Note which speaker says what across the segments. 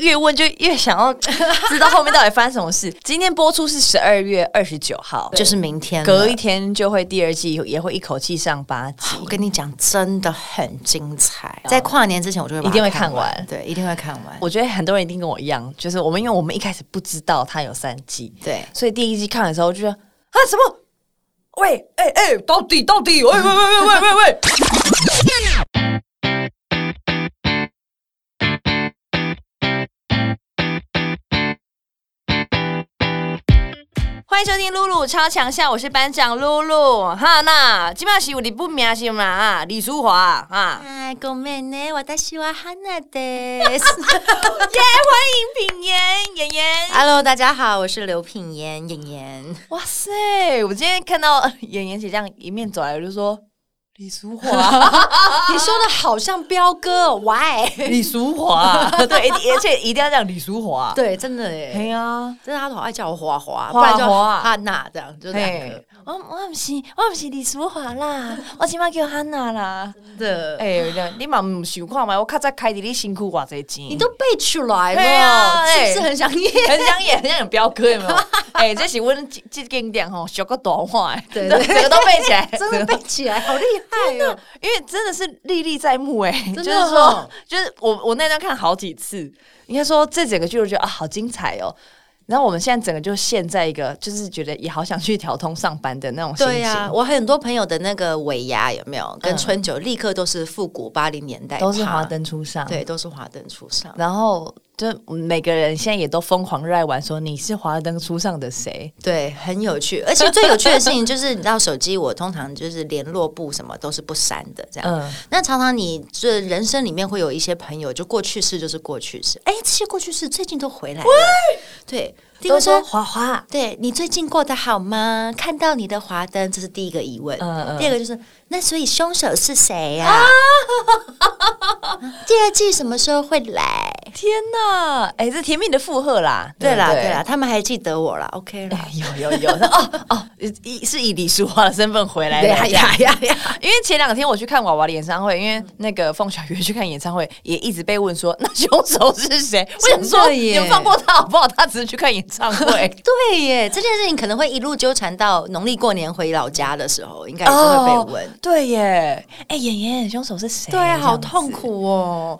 Speaker 1: 越问就越 想要知道后面到底发生什么事。今天播出是十二月二十九号，
Speaker 2: 就是明天了
Speaker 1: 隔一天就会第二季，也会一口气上八集。
Speaker 2: 我跟你讲，真的很精彩。在跨年之前，我就会
Speaker 1: 哦
Speaker 2: 把它
Speaker 1: 一定会
Speaker 2: 看
Speaker 1: 看完
Speaker 2: 对，一定会看完。
Speaker 1: 我觉得很多人一定跟我一样，就是我们因为我们一开始不知道它有三季，
Speaker 2: 对
Speaker 1: 所以第一季看的时候就觉得啊什么，喂，哎、哎、到底到底，喂喂喂喂喂喂喂。
Speaker 3: 欢迎收听露露超强笑，我是班长露露。哈，那今晚是有你不名是嘛啊？李淑华啊，
Speaker 2: 哎，ごめんね、私は花奈です。
Speaker 3: 欢迎品言妍妍。
Speaker 2: Hello，大家好，我是刘品言妍妍。
Speaker 1: 哇塞！我今天看到呃妍妍姐这样一面走来，我就说李淑华， 你说的好像彪哥，Why？李淑华， 对，而且一定要讲李淑华。
Speaker 2: 对，真的耶，
Speaker 1: 哎呀，
Speaker 2: 真的他都好爱叫我花花，
Speaker 1: 花
Speaker 2: 不然就
Speaker 1: 花
Speaker 2: 哈娜这样，就两
Speaker 1: 嘿
Speaker 2: 个。，
Speaker 1: 我我不是我不是李淑华啦，我起码叫汉娜啦。
Speaker 2: 真的，
Speaker 1: 哎、你嘛唔想看嘛？我较早开伫你辛苦偌济钱，
Speaker 2: 你都背出来
Speaker 1: 对啊
Speaker 2: 了，是
Speaker 1: 哎
Speaker 2: 不是很想念？
Speaker 1: 很想演，很想演彪哥有没有？哎、这是阮这这经典吼，学个短话，
Speaker 2: 对
Speaker 1: 整
Speaker 2: 对
Speaker 1: 个都背 起来，
Speaker 2: 真的背起来，好厉害哦！
Speaker 1: 因为真的是历历在目哎、就
Speaker 2: 的
Speaker 1: 是说
Speaker 2: 哦，
Speaker 1: 就是我我那段看好几次，应该说这整个剧我觉得啊好精彩哦。然后我们现在整个就陷在一个，就是觉得也好想去调通上班的那种心情，
Speaker 2: 对呀、我很多朋友的那个尾牙有没有
Speaker 1: 嗯
Speaker 2: 跟春酒，立刻都是复古八零年代，
Speaker 1: 都是华，灯嗯初上。，
Speaker 2: 对，都是华灯初上。
Speaker 1: 然后就每个人现在也都疯狂热爱玩，说你是华灯初上的谁？
Speaker 2: 对，很有趣，而且最有趣的事情就是，你知道手机我通常就是联络簿什么都是不删的，这样。
Speaker 1: 嗯，
Speaker 2: 那常常你这人生里面会有一些朋友，就过去式就是过去式，哎，这些过去式最近都回来了，对，第一
Speaker 1: 都
Speaker 2: 个
Speaker 1: 说
Speaker 2: 说。
Speaker 1: 华华，
Speaker 2: 对你最近过得好吗？看到你的华灯，这是第一个疑问。
Speaker 1: 嗯嗯
Speaker 2: 第二个就是，那所以凶手是谁呀、啊？第二季什么时候会来？
Speaker 1: 天哪！哎、这甜蜜的附和啦，
Speaker 2: 对啦，
Speaker 1: 不
Speaker 2: 对啦，他们还记得我啦 o k 啦
Speaker 1: 哎。 有有有，那哦哦，以是以李淑华的身份回来的，
Speaker 2: 哎对呀呀呀呀！
Speaker 1: 因为前两天我去看娃娃的演唱会，因为那个凤小岳去看演唱会，也一直被问说那凶手是谁。我想
Speaker 2: 真
Speaker 1: 说，
Speaker 2: 的
Speaker 1: 你
Speaker 2: 耶。
Speaker 1: 们放过他好不好？他只是去看演唱会
Speaker 2: 对耶，这件事情可能会一路纠缠到农历过年回老家的时候，应该也是会被问。
Speaker 1: 哦对耶，哎，妍妍，凶手是谁？
Speaker 2: 对啊，好
Speaker 1: 这样子
Speaker 2: 痛，苦哦。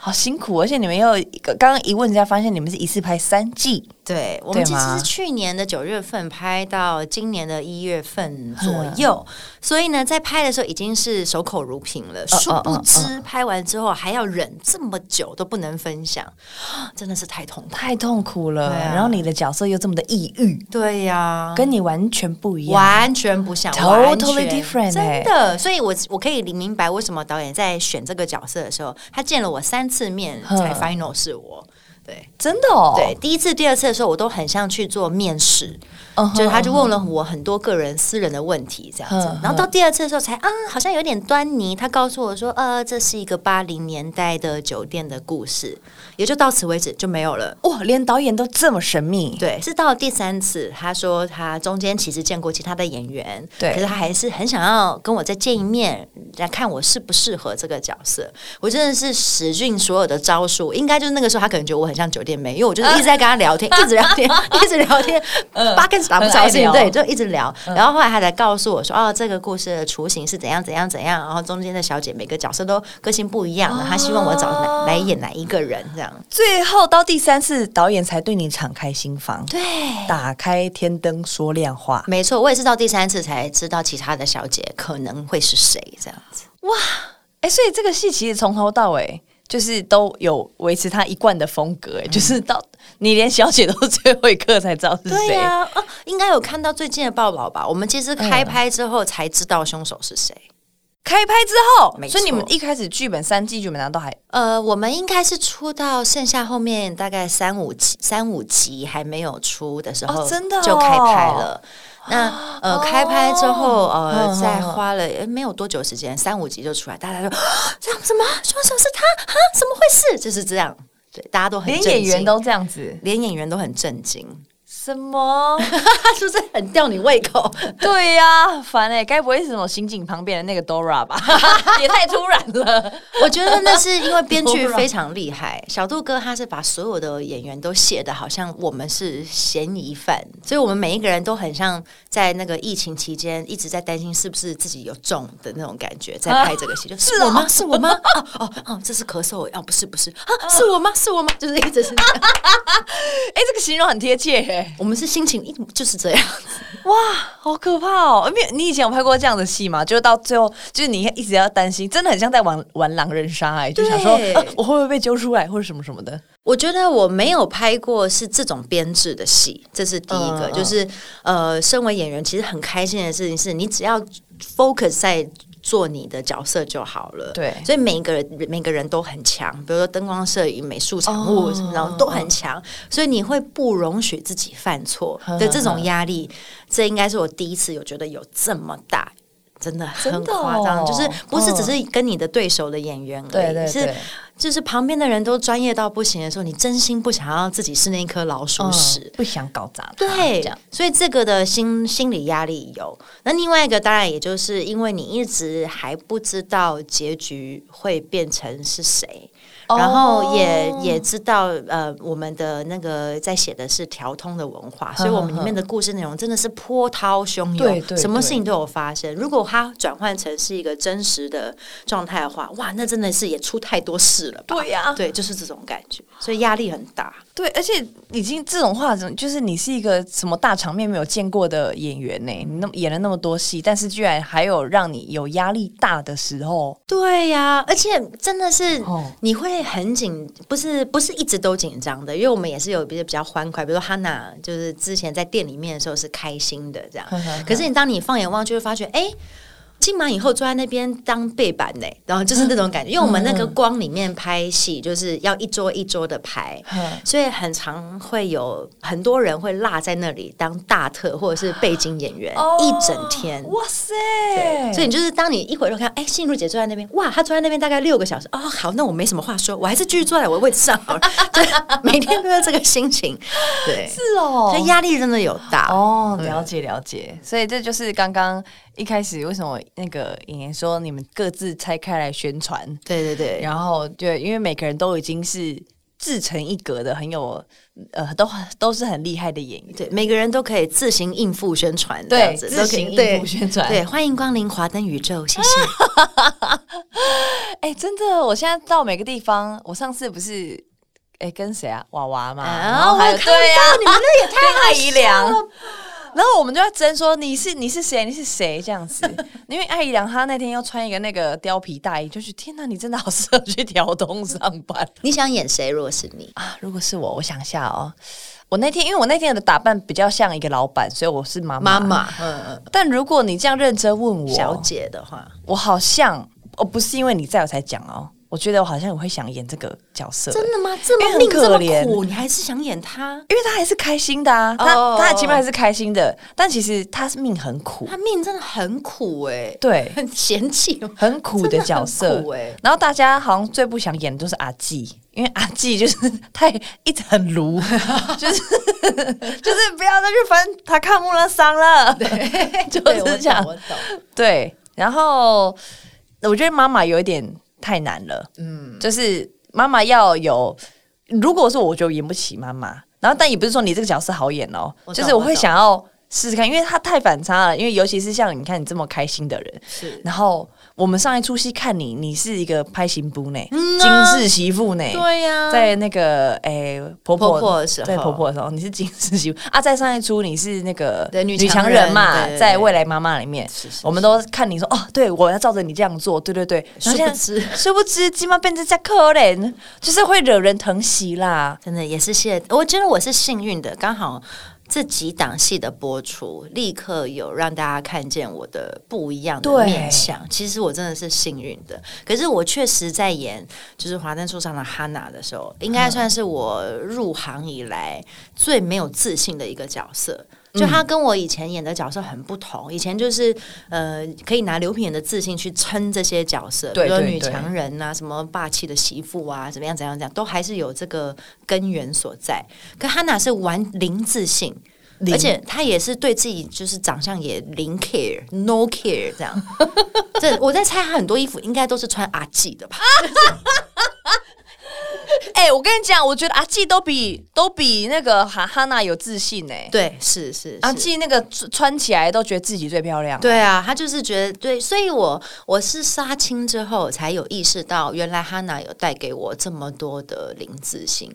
Speaker 1: 好辛苦，哦而且你们又一个刚刚一问人家，发现你们是一次拍三季，
Speaker 2: 对，我们
Speaker 1: 对
Speaker 2: 其
Speaker 1: 吗
Speaker 2: 实是去年的九月份拍到今年的一月份左右，所以呢，在拍的时候已经是守口如瓶了。殊不知拍完之后还要忍这么久都不能分享， 真的是太痛苦。
Speaker 1: 太痛苦了。
Speaker 2: 对啊
Speaker 1: 然后你的角色又这么的抑郁，
Speaker 2: 对呀、
Speaker 1: 跟你完全不一样。
Speaker 2: 完全不想
Speaker 1: Totally
Speaker 2: 完全
Speaker 1: different 欸
Speaker 2: 真的。所以我我可以理明白为什么导演在选这个角色的时候，他见了我三次面
Speaker 1: 哼
Speaker 2: 才 final 是我。对
Speaker 1: 真的哦，
Speaker 2: 对，第一次、第二次的时候，我都很像去做面试，
Speaker 1: 嗯哼，
Speaker 2: 就是他就问了我很多个人私人的问题，这样子
Speaker 1: 嗯。
Speaker 2: 然后到第二次的时候才啊，好像有点端倪。他告诉我说，呃，这是一个八零年代的酒店的故事，也就到此为止就没有了。
Speaker 1: 哇，连导演都这么神秘，
Speaker 2: 对，是到了第三次，他说他中间其实见过其他的演员，
Speaker 1: 对
Speaker 2: 可是他还是很想要跟我再见一面，来看我适不适合这个角色。我真的是使尽所有的招数，应该就是那个时候他可能觉得我很像酒店妹，因为我就是
Speaker 1: 嗯
Speaker 2: 一直在跟 他聊天，一直聊天， 一直聊天，八竿子打不着
Speaker 1: 很爱聊嗯
Speaker 2: 兴，对，就一直聊。然后后来他才告诉我说，哦，这个故事的雏形是怎样怎样怎样，然后中间的小姐每个角色都个性不一样，然后他希望我找
Speaker 1: 哦
Speaker 2: 哪来演哪一个人这样。
Speaker 1: 最后到第三次，导演才对你敞开心房，
Speaker 2: 对。
Speaker 1: 打开天灯说亮话。
Speaker 2: 没错，我也是到第三次才知道其他的小姐可能会是谁这样子。
Speaker 1: 哎、所以这个戏其实从头到尾就是都有维持他一贯的风格、哎、就是到你连小姐都最后一刻才知道是谁。
Speaker 2: 呀、啊，应该有看到最近的报道吧？我们其实开拍之后才知道凶手是谁。
Speaker 1: 开拍之后，
Speaker 2: 没
Speaker 1: 所以你们
Speaker 2: 错
Speaker 1: 一开始剧本三季剧本难道还
Speaker 2: 呃，我们应该是出到剩下后面大概三五集、三五集还没有出的时候，
Speaker 1: 哦真的哦
Speaker 2: 就开拍 了。那呃，开拍之后，呃，
Speaker 1: 嗯
Speaker 2: 再
Speaker 1: 嗯嗯
Speaker 2: 花了呃没有多久 时间，三五集就出来，大家就这样什么凶手是他啊？怎么回事？就是这样，对，大家都很
Speaker 1: 连
Speaker 2: 震
Speaker 1: 演员
Speaker 2: 惊
Speaker 1: 都这样子，
Speaker 2: 连演员都很震惊。
Speaker 1: 什么？
Speaker 2: 是不是很吊你胃口？
Speaker 1: 对呀、烦哎、该不会是什么刑警旁边的那个 Dora 吧？ 也太突然了。 哎
Speaker 2: 我觉得那是因为编剧非常厉害，小杜哥他是把所有的演员都写的好像我们是嫌疑犯，所以我们每一个人都很像在那个疫情期间一直在担心是不是自己有中的那种感觉，在拍这 个戏，就是我吗？是我吗？哦哦哦，这是咳嗽，哦不是不是啊，是我吗？是我吗？就是一直 是，
Speaker 1: 哎、这个形容很贴切、欸，
Speaker 2: 我们是心情一就是这样，
Speaker 1: 哇，好可怕哦！没有，你以前有拍过这样的戏吗？就是到最后，就是你一直要担心，真的很像在玩玩狼人杀哎、就想说、
Speaker 2: 对
Speaker 1: 啊我会不会被揪出来或者什么什么的。
Speaker 2: 我觉得我没有拍过是这种编制的戏，这是第一个。
Speaker 1: 嗯嗯
Speaker 2: 就是呃，身为演员，其实很开心的事情是你只要 focus 在。做你的角色就好了，
Speaker 1: 对
Speaker 2: 所以每一个人每个人都很强，比如说灯光、摄影、美术、场务
Speaker 1: 哦
Speaker 2: 什么，然后都
Speaker 1: 嗯
Speaker 2: 很强，所以你会不容许自己犯错
Speaker 1: 呵呵
Speaker 2: 的这种压力，这应该是我第一次有觉得有这么大，真的
Speaker 1: 真
Speaker 2: 很
Speaker 1: 的
Speaker 2: 夸
Speaker 1: 哦
Speaker 2: 张，就是不是
Speaker 1: 嗯
Speaker 2: 只是跟你的对手的演员而已，是就是旁边的人都专业到不行的时候，你真心不想要自己是那一颗老鼠屎。
Speaker 1: 嗯不想搞砸他
Speaker 2: 对
Speaker 1: 这样，
Speaker 2: 所以这个的心心理压力有。那另外一个当然也就是因为你一直还不知道结局会变成是谁，然后也
Speaker 1: 哦
Speaker 2: 也知道呃我们的那个在写的是调通的文化，所以我们里面的故事内容真的是波涛汹
Speaker 1: 嗯
Speaker 2: 涌，
Speaker 1: 对对
Speaker 2: 什么事情都有发生。如果它转换成是一个真实的状态的话，哇，那真的是也出太多事了吧？
Speaker 1: 对呀、
Speaker 2: 对，就是这种感觉，所以压力很大。
Speaker 1: 对，而且已经这种话，怎么就是你是一个什么大场面没有见过的演员呢？你那么演了那么多戏，但是居然还有让你有压力大的时候，
Speaker 2: 对呀、而且真的是
Speaker 1: 哦
Speaker 2: 你会很紧，不是不是一直都紧张的，因为我们也是有比较比较欢快，比如说 Hanna 就是之前在店里面的时候是开心的这样，可是你当你放眼望去会发觉，哎、进完以后坐在那边当背板呢、然后就是那种感觉，因为我们那个光里面拍戏就是要一桌一桌的拍，
Speaker 1: 嗯
Speaker 2: 所以很常会有很多人会落在那里当大特或者是背景演员、
Speaker 1: 哦
Speaker 2: 一整天，
Speaker 1: 哇塞！
Speaker 2: 所以你就是当你一回头看，哎，心如姐坐在那边，哇，她坐在那边大概六个小时，哦，好，那我没什么话说，我还是继续坐在我的位置上好 了。就是每天都是这个心情，对，
Speaker 1: 是哦
Speaker 2: 所以压力真的有大。
Speaker 1: 哦，了解了解，所以这就是刚刚一开始为什么那个演员说你们各自拆开来宣传，
Speaker 2: 对对对，
Speaker 1: 然后对，因为每个人都已经是自成一格的，很有呃，都都是很厉害的演员，
Speaker 2: 对，每个人都可以自行应付宣传，这
Speaker 1: 对
Speaker 2: 样子
Speaker 1: 自
Speaker 2: 都可以
Speaker 1: 行应
Speaker 2: 对
Speaker 1: 付宣传
Speaker 2: 对，欢迎光临华灯宇宙，谢谢。
Speaker 1: 哎、真的，我现在到每个地方，我上次不是哎、跟谁啊，娃娃嘛，
Speaker 2: 啊
Speaker 1: 然后还有
Speaker 2: 我看
Speaker 1: 对呀、
Speaker 2: 到你们那也
Speaker 1: 跟艾 姨良， 然后我们就在争说你是你是谁，你是谁这 样子，因为艾姨良她那天要穿一个那个貂皮大衣，就是天哪，你真的好适合去调东上班
Speaker 2: 你想演谁？如果是你，
Speaker 1: 啊！如果是我，我想一下哦。我那天，因为我那天的打扮比较像一个老板，所以我是妈妈。，
Speaker 2: 嗯嗯，
Speaker 1: 但如果你这样认真问我，
Speaker 2: 小姐的话，
Speaker 1: 我好像哦，不是因为你在我才讲哦，我觉得我好像也会想演这个角色、
Speaker 2: 真的吗？这
Speaker 1: 因为
Speaker 2: 么
Speaker 1: 很
Speaker 2: 命这
Speaker 1: 可
Speaker 2: 么
Speaker 1: 怜
Speaker 2: 苦，你还是想演她？
Speaker 1: 因为他还是开心的啊，他、
Speaker 2: 哦
Speaker 1: 他起码还是开心的，但其实他是命很苦
Speaker 2: 她，命真的很苦哎，
Speaker 1: 对，
Speaker 2: 很嫌弃吗
Speaker 1: 很苦的角
Speaker 2: 真的
Speaker 1: 色
Speaker 2: 很苦。欸
Speaker 1: 然后大家好像最不想演的就是阿纪，因为阿纪就是太一直很 卢，就是就是不要再去翻他看穆勒桑了，对， 就
Speaker 2: 对，
Speaker 1: 是这样
Speaker 2: 我，懂。我懂
Speaker 1: 对。然后我觉得妈妈有一点太难了，嗯，就是妈妈要有，如果是我，我觉得我演不起妈妈。然后但也不是说你这个角色好演哦，
Speaker 2: 我懂
Speaker 1: 就是我会
Speaker 2: 我懂
Speaker 1: 想要试试看，因为他太反差了。因为尤其是像你看你这么开心的人，
Speaker 2: 是
Speaker 1: 然后我们上一出戏看你，你是一个拍行部呢，
Speaker 2: 嗯
Speaker 1: 金
Speaker 2: 啊
Speaker 1: 氏媳妇呢，
Speaker 2: 对呀
Speaker 1: 在那个诶、婆婆
Speaker 2: 婆婆的时候
Speaker 1: 对婆婆的时候，你是金氏媳妇啊，在上一出你是那个
Speaker 2: 对女
Speaker 1: 强
Speaker 2: 强
Speaker 1: 人
Speaker 2: 人
Speaker 1: 嘛，
Speaker 2: 对对
Speaker 1: 在
Speaker 2: 对
Speaker 1: 未来妈妈里面，
Speaker 2: 是是
Speaker 1: 我们都看你说哦，对我要照着你这样做，对对对，然后
Speaker 2: 殊不
Speaker 1: 现在
Speaker 2: 知
Speaker 1: 殊不知鸡妈变成这可怜，就是会惹人疼惜啦。
Speaker 2: 真的也是谢，我觉得我是幸运的，刚好这几档戏的播出，立刻有让大家看见我的不一样的
Speaker 1: 对
Speaker 2: 面相。其实我真的是幸运的，可是我确实在演就是《华灯初上》的哈娜的时候，应该算是我入行以来最没有自信的一个角色。就他跟我以前演的角色很不同，以前就是呃可以拿刘品言的自信去撑这些角色，比
Speaker 4: 对
Speaker 2: 如说
Speaker 4: 对
Speaker 2: 女
Speaker 4: 对
Speaker 2: 强人啊，什么霸气的媳妇啊，怎么样怎样怎样，都还是有这个根源所在。可汉娜是玩零自信。
Speaker 4: 零
Speaker 2: 而且她也是对自己就是长相也零 care no care 这样， 这我在猜她很多衣服应该都是穿阿纪的
Speaker 4: 啊
Speaker 2: 吧？
Speaker 1: 哎、我跟你讲，我觉得阿纪都比都比那个哈哈娜有自信哎、
Speaker 2: 对，是是
Speaker 1: 阿
Speaker 2: 是
Speaker 1: 纪那个穿穿起来都觉得自己最漂亮。
Speaker 2: 对啊，他就是觉得对，所以我我是杀青之后才有意识到，原来哈娜有带给我这么多的零自信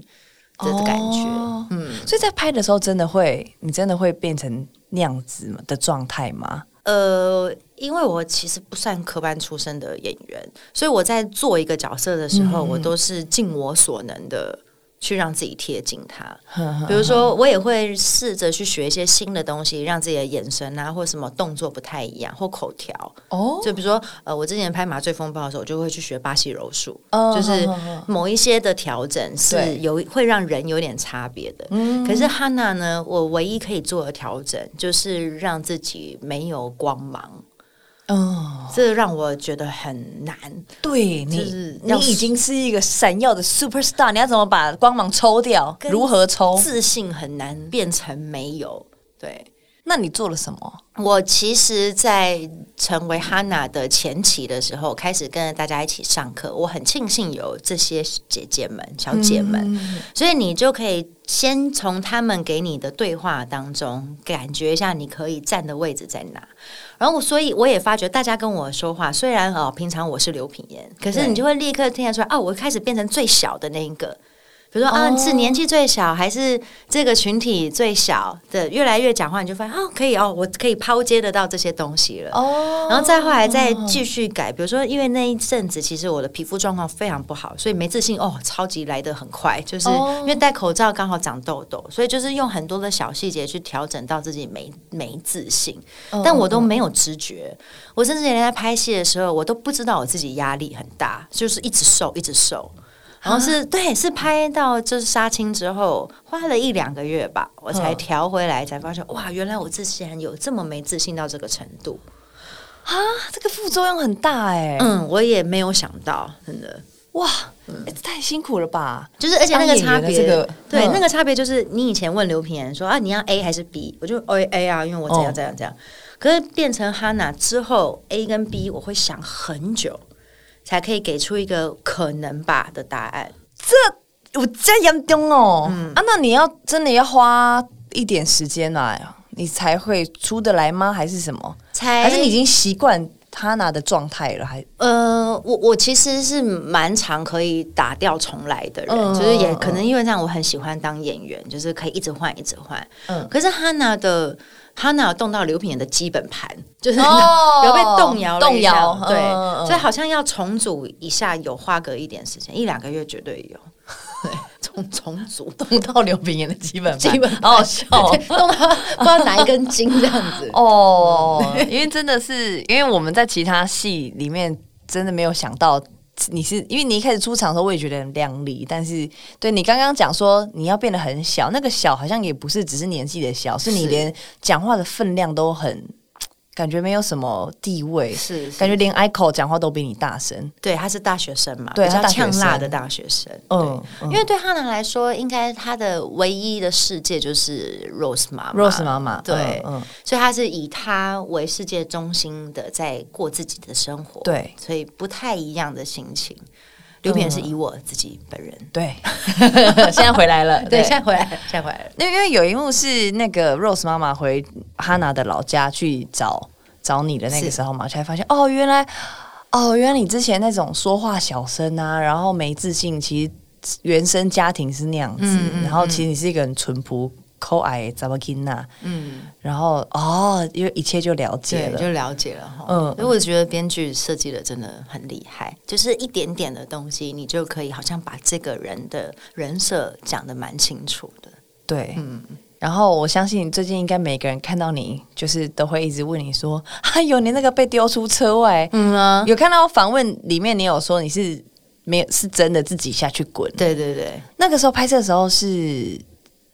Speaker 2: 的感觉。
Speaker 1: 哦
Speaker 2: 嗯，
Speaker 1: 所以在拍的时候，真的会，你真的会变成那样子吗的状态吗？
Speaker 2: 呃，因为我其实不算科班出身的演员，所以我在做一个角色的时候，我都是尽我所能的。去让自己贴近他，比如说，我也会试着去学一些新的东西，让自己的眼神啊，或什么动作不太一样，或口条。
Speaker 1: 哦，
Speaker 2: 就比如说，呃，我之前拍《麻醉风暴》的时候，我就会去学巴西柔术，
Speaker 1: 嗯
Speaker 2: 就是
Speaker 1: 哼哼
Speaker 2: 某一些的调整是
Speaker 1: 对嗯
Speaker 2: 有会让人有点差别的。可是哈娜呢，我唯一可以做的调整就是让自己没有光芒，
Speaker 1: 嗯，
Speaker 2: 这让我觉得很难。
Speaker 1: 对
Speaker 2: 就是
Speaker 1: 你，你
Speaker 2: 要
Speaker 1: 已经是一个闪耀的 super star，你要怎么把光芒抽掉？
Speaker 2: 跟
Speaker 1: 如何抽？
Speaker 2: 自信很难变成没有。对
Speaker 1: 那你做了什么？
Speaker 2: 我其实，在成为哈娜的前期的时候，开始跟着大家一起上课，我很庆幸有这些姐姐们、小姐
Speaker 1: 嗯
Speaker 2: 们，所以你就可以先从他们给你的对话当中，感觉一下你可以站的位置在哪。然后我，所以我也发觉大家跟我说话，虽然哦，平常我是刘品言，可是
Speaker 1: 对
Speaker 2: 你就会立刻听得出来，哦，我开始变成最小的那一个。比如说啊，
Speaker 1: 哦
Speaker 2: 你是年纪最小，还是这个群体最小的？越来越讲话，你就发现哦，可以哦，我可以抛接得到这些东西了。
Speaker 1: 哦
Speaker 2: 然后再后来再继续改，比如说，因为那一阵子其实我的皮肤状况非常不好，所以没自信哦，超级来得很快，就是
Speaker 1: 哦
Speaker 2: 因为戴口罩刚好长痘痘，所以就是用很多的小细节去调整到自己没没自信，
Speaker 1: 哦
Speaker 2: 但我都没有知觉，我甚至连在拍戏的时候，我都不知道我自己压力很大，就是一直瘦，一直瘦。然后
Speaker 1: 啊
Speaker 2: 是对，是拍到就是杀青之后，花了一两个月吧，我才
Speaker 1: 嗯
Speaker 2: 调回来，才发现哇，原来我之前有这么没自信到这个程度。
Speaker 1: 啊，这个副作用很大哎、
Speaker 2: 嗯，我也没有想到，真的
Speaker 1: 哇、欸太辛苦了吧？
Speaker 2: 就是，而且那个差
Speaker 1: 当演
Speaker 2: 别，
Speaker 1: 员的这个
Speaker 2: 对、
Speaker 1: 嗯
Speaker 2: 那个差别就是，你以前问刘品言说啊，你要 A 还是 B，我就 A A 啊，因为我怎
Speaker 1: 哦
Speaker 2: 样怎样怎样。可是变成哈娜之后，A 跟 B 我会想很久，才可以给出一个可能吧的答案。
Speaker 1: 这我这严重哦、
Speaker 2: 嗯
Speaker 1: 啊，那你要真的要花一点时间来，你才会出得来吗？还是什么？
Speaker 2: 才
Speaker 1: 还是你已经习惯他拿的状态了？还
Speaker 2: 呃，我我其实是蛮常可以打掉重来的人，
Speaker 1: 嗯
Speaker 2: 就是也可能因为这样，我很喜欢当演员，就是可以一直换一直换。
Speaker 1: 嗯
Speaker 2: 可是哈娜的哈娜有动到刘品言的基本盘，就是
Speaker 1: 哦
Speaker 2: 有被动摇了一下
Speaker 1: 动摇
Speaker 2: 对，
Speaker 1: 嗯嗯嗯
Speaker 2: 所以好像要重组一下，有花个一点时间，一两个月 绝对有。对，重重组
Speaker 1: 动到刘炳炎的基本
Speaker 2: 基本盘
Speaker 1: 好好笑哦
Speaker 2: 对动到不知道哪一根筋这样子。
Speaker 1: 哦，因为真的是，因为我们在其他戏里面真的没有想到你是，因为你一开始出场的时候我也觉得很靓丽，但是对你刚刚讲说你要变得很小，那个小好像也不是只是年纪的小，是你
Speaker 2: 是
Speaker 1: 连讲话的分量都很，感觉没有什么地位，
Speaker 2: 是是
Speaker 1: 感觉连 ICO 讲话都比你大声，
Speaker 2: 对，他是大学生嘛，
Speaker 1: 对
Speaker 2: 比
Speaker 1: 他
Speaker 2: 较
Speaker 1: 大学
Speaker 2: 呛辣
Speaker 1: 生
Speaker 2: 的大学生。
Speaker 1: 嗯，
Speaker 2: 因为对哈娜来说，应该她的唯一的世界就是 Rose 妈妈
Speaker 1: Rose 妈妈，
Speaker 2: 对，
Speaker 1: 嗯，嗯
Speaker 2: 所以她是以她为世界中心的，在过自己的生活，
Speaker 1: 对
Speaker 2: 所以不太一样的心情。刘品言是以我自己本人，
Speaker 1: 对， 现在回来了，
Speaker 2: 对，现在回来，现在回来了，
Speaker 1: 因为因为有一幕是那个 Rose 妈妈回哈娜的老家去找找你的那个时候嘛，才发现哦，原来哦，原来你之前那种说话小声啊，然后没自信，其实原生家庭是那样子，
Speaker 2: 嗯
Speaker 1: 然后其实你是一个很淳朴、抠矮、怎么听呐，
Speaker 2: 嗯，
Speaker 1: 然后哦，因为一切就了解
Speaker 2: 对，
Speaker 1: 了，
Speaker 2: 就了解了哈。
Speaker 1: 嗯
Speaker 2: 嗯，所以我觉得编剧设计的真的很厉害，就是一点点的东西，你就可以好像把这个人的人设讲的蛮清楚的。
Speaker 1: 对，
Speaker 2: 嗯
Speaker 1: 然后我相信最近应该每个人看到你，就是都会一直问你说：“ 哎呦，你那个被丢出车外，
Speaker 2: 嗯啊，
Speaker 1: 有看到访问里面，你有说你是没有是真的自己下去滚。
Speaker 2: 对对对。
Speaker 1: 那个时候拍摄的时候是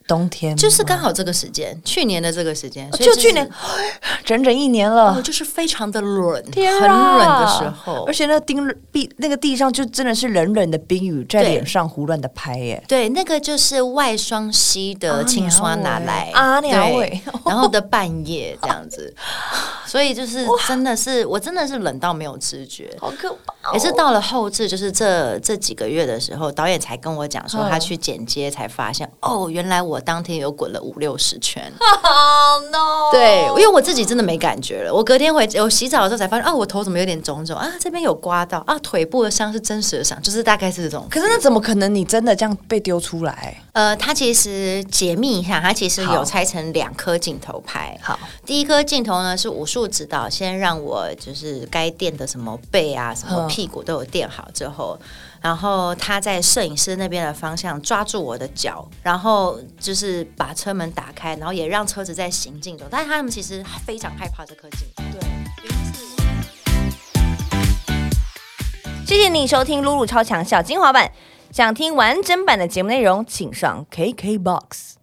Speaker 1: 冬天吗，
Speaker 2: 就是刚好这个时间，去年的这个时间，所以
Speaker 1: 就是去年 整整一年了
Speaker 2: 哦，。就是非常的冷，
Speaker 1: 天啊
Speaker 2: 很冷的时候
Speaker 1: 而。且那个冰地那个地上就真的是冷冷的冰雨在
Speaker 2: 对
Speaker 1: 脸上胡乱的拍耶，
Speaker 2: 对，那个就是外双溪的清刷拿来
Speaker 1: 啊鸟尾啊鸟
Speaker 2: 对
Speaker 1: 尾，
Speaker 2: 然后的半夜这样 子，所以就是真的是我真的是冷到没有知觉，
Speaker 3: 好可怕、
Speaker 2: 也是到了后置，就是这这几个月的时候，导演才跟我讲说，他去剪接才发现，哦，原来我当天有滚了五六十圈。
Speaker 1: 哦
Speaker 3: 好 no！
Speaker 2: 对，因为我自己真的没感觉了。我隔天回我洗澡的时候才发现，啊，我头怎么有点肿肿啊？这边有刮到啊，腿部的伤是真实的伤，就是大概是这种。
Speaker 1: 可是那怎么可能你真的这样被丢出来？
Speaker 2: 呃，它其实解密一下，它其实
Speaker 1: 好
Speaker 2: 有拆成两颗镜头拍。
Speaker 1: 好，
Speaker 2: 第一颗镜头呢是武术指导，先让我就是该垫的什么背啊、什么
Speaker 1: 嗯
Speaker 2: 屁股都有垫好之后，然后他在摄影师那边的方向抓住我的脚，然后就是把车门打开，然后也让车子在行进中，但是他们其实非常害怕这颗镜头。对，
Speaker 3: 谢谢你收听《露露超强小精华版》，想听完整版的节目内容，请上 KKBOX。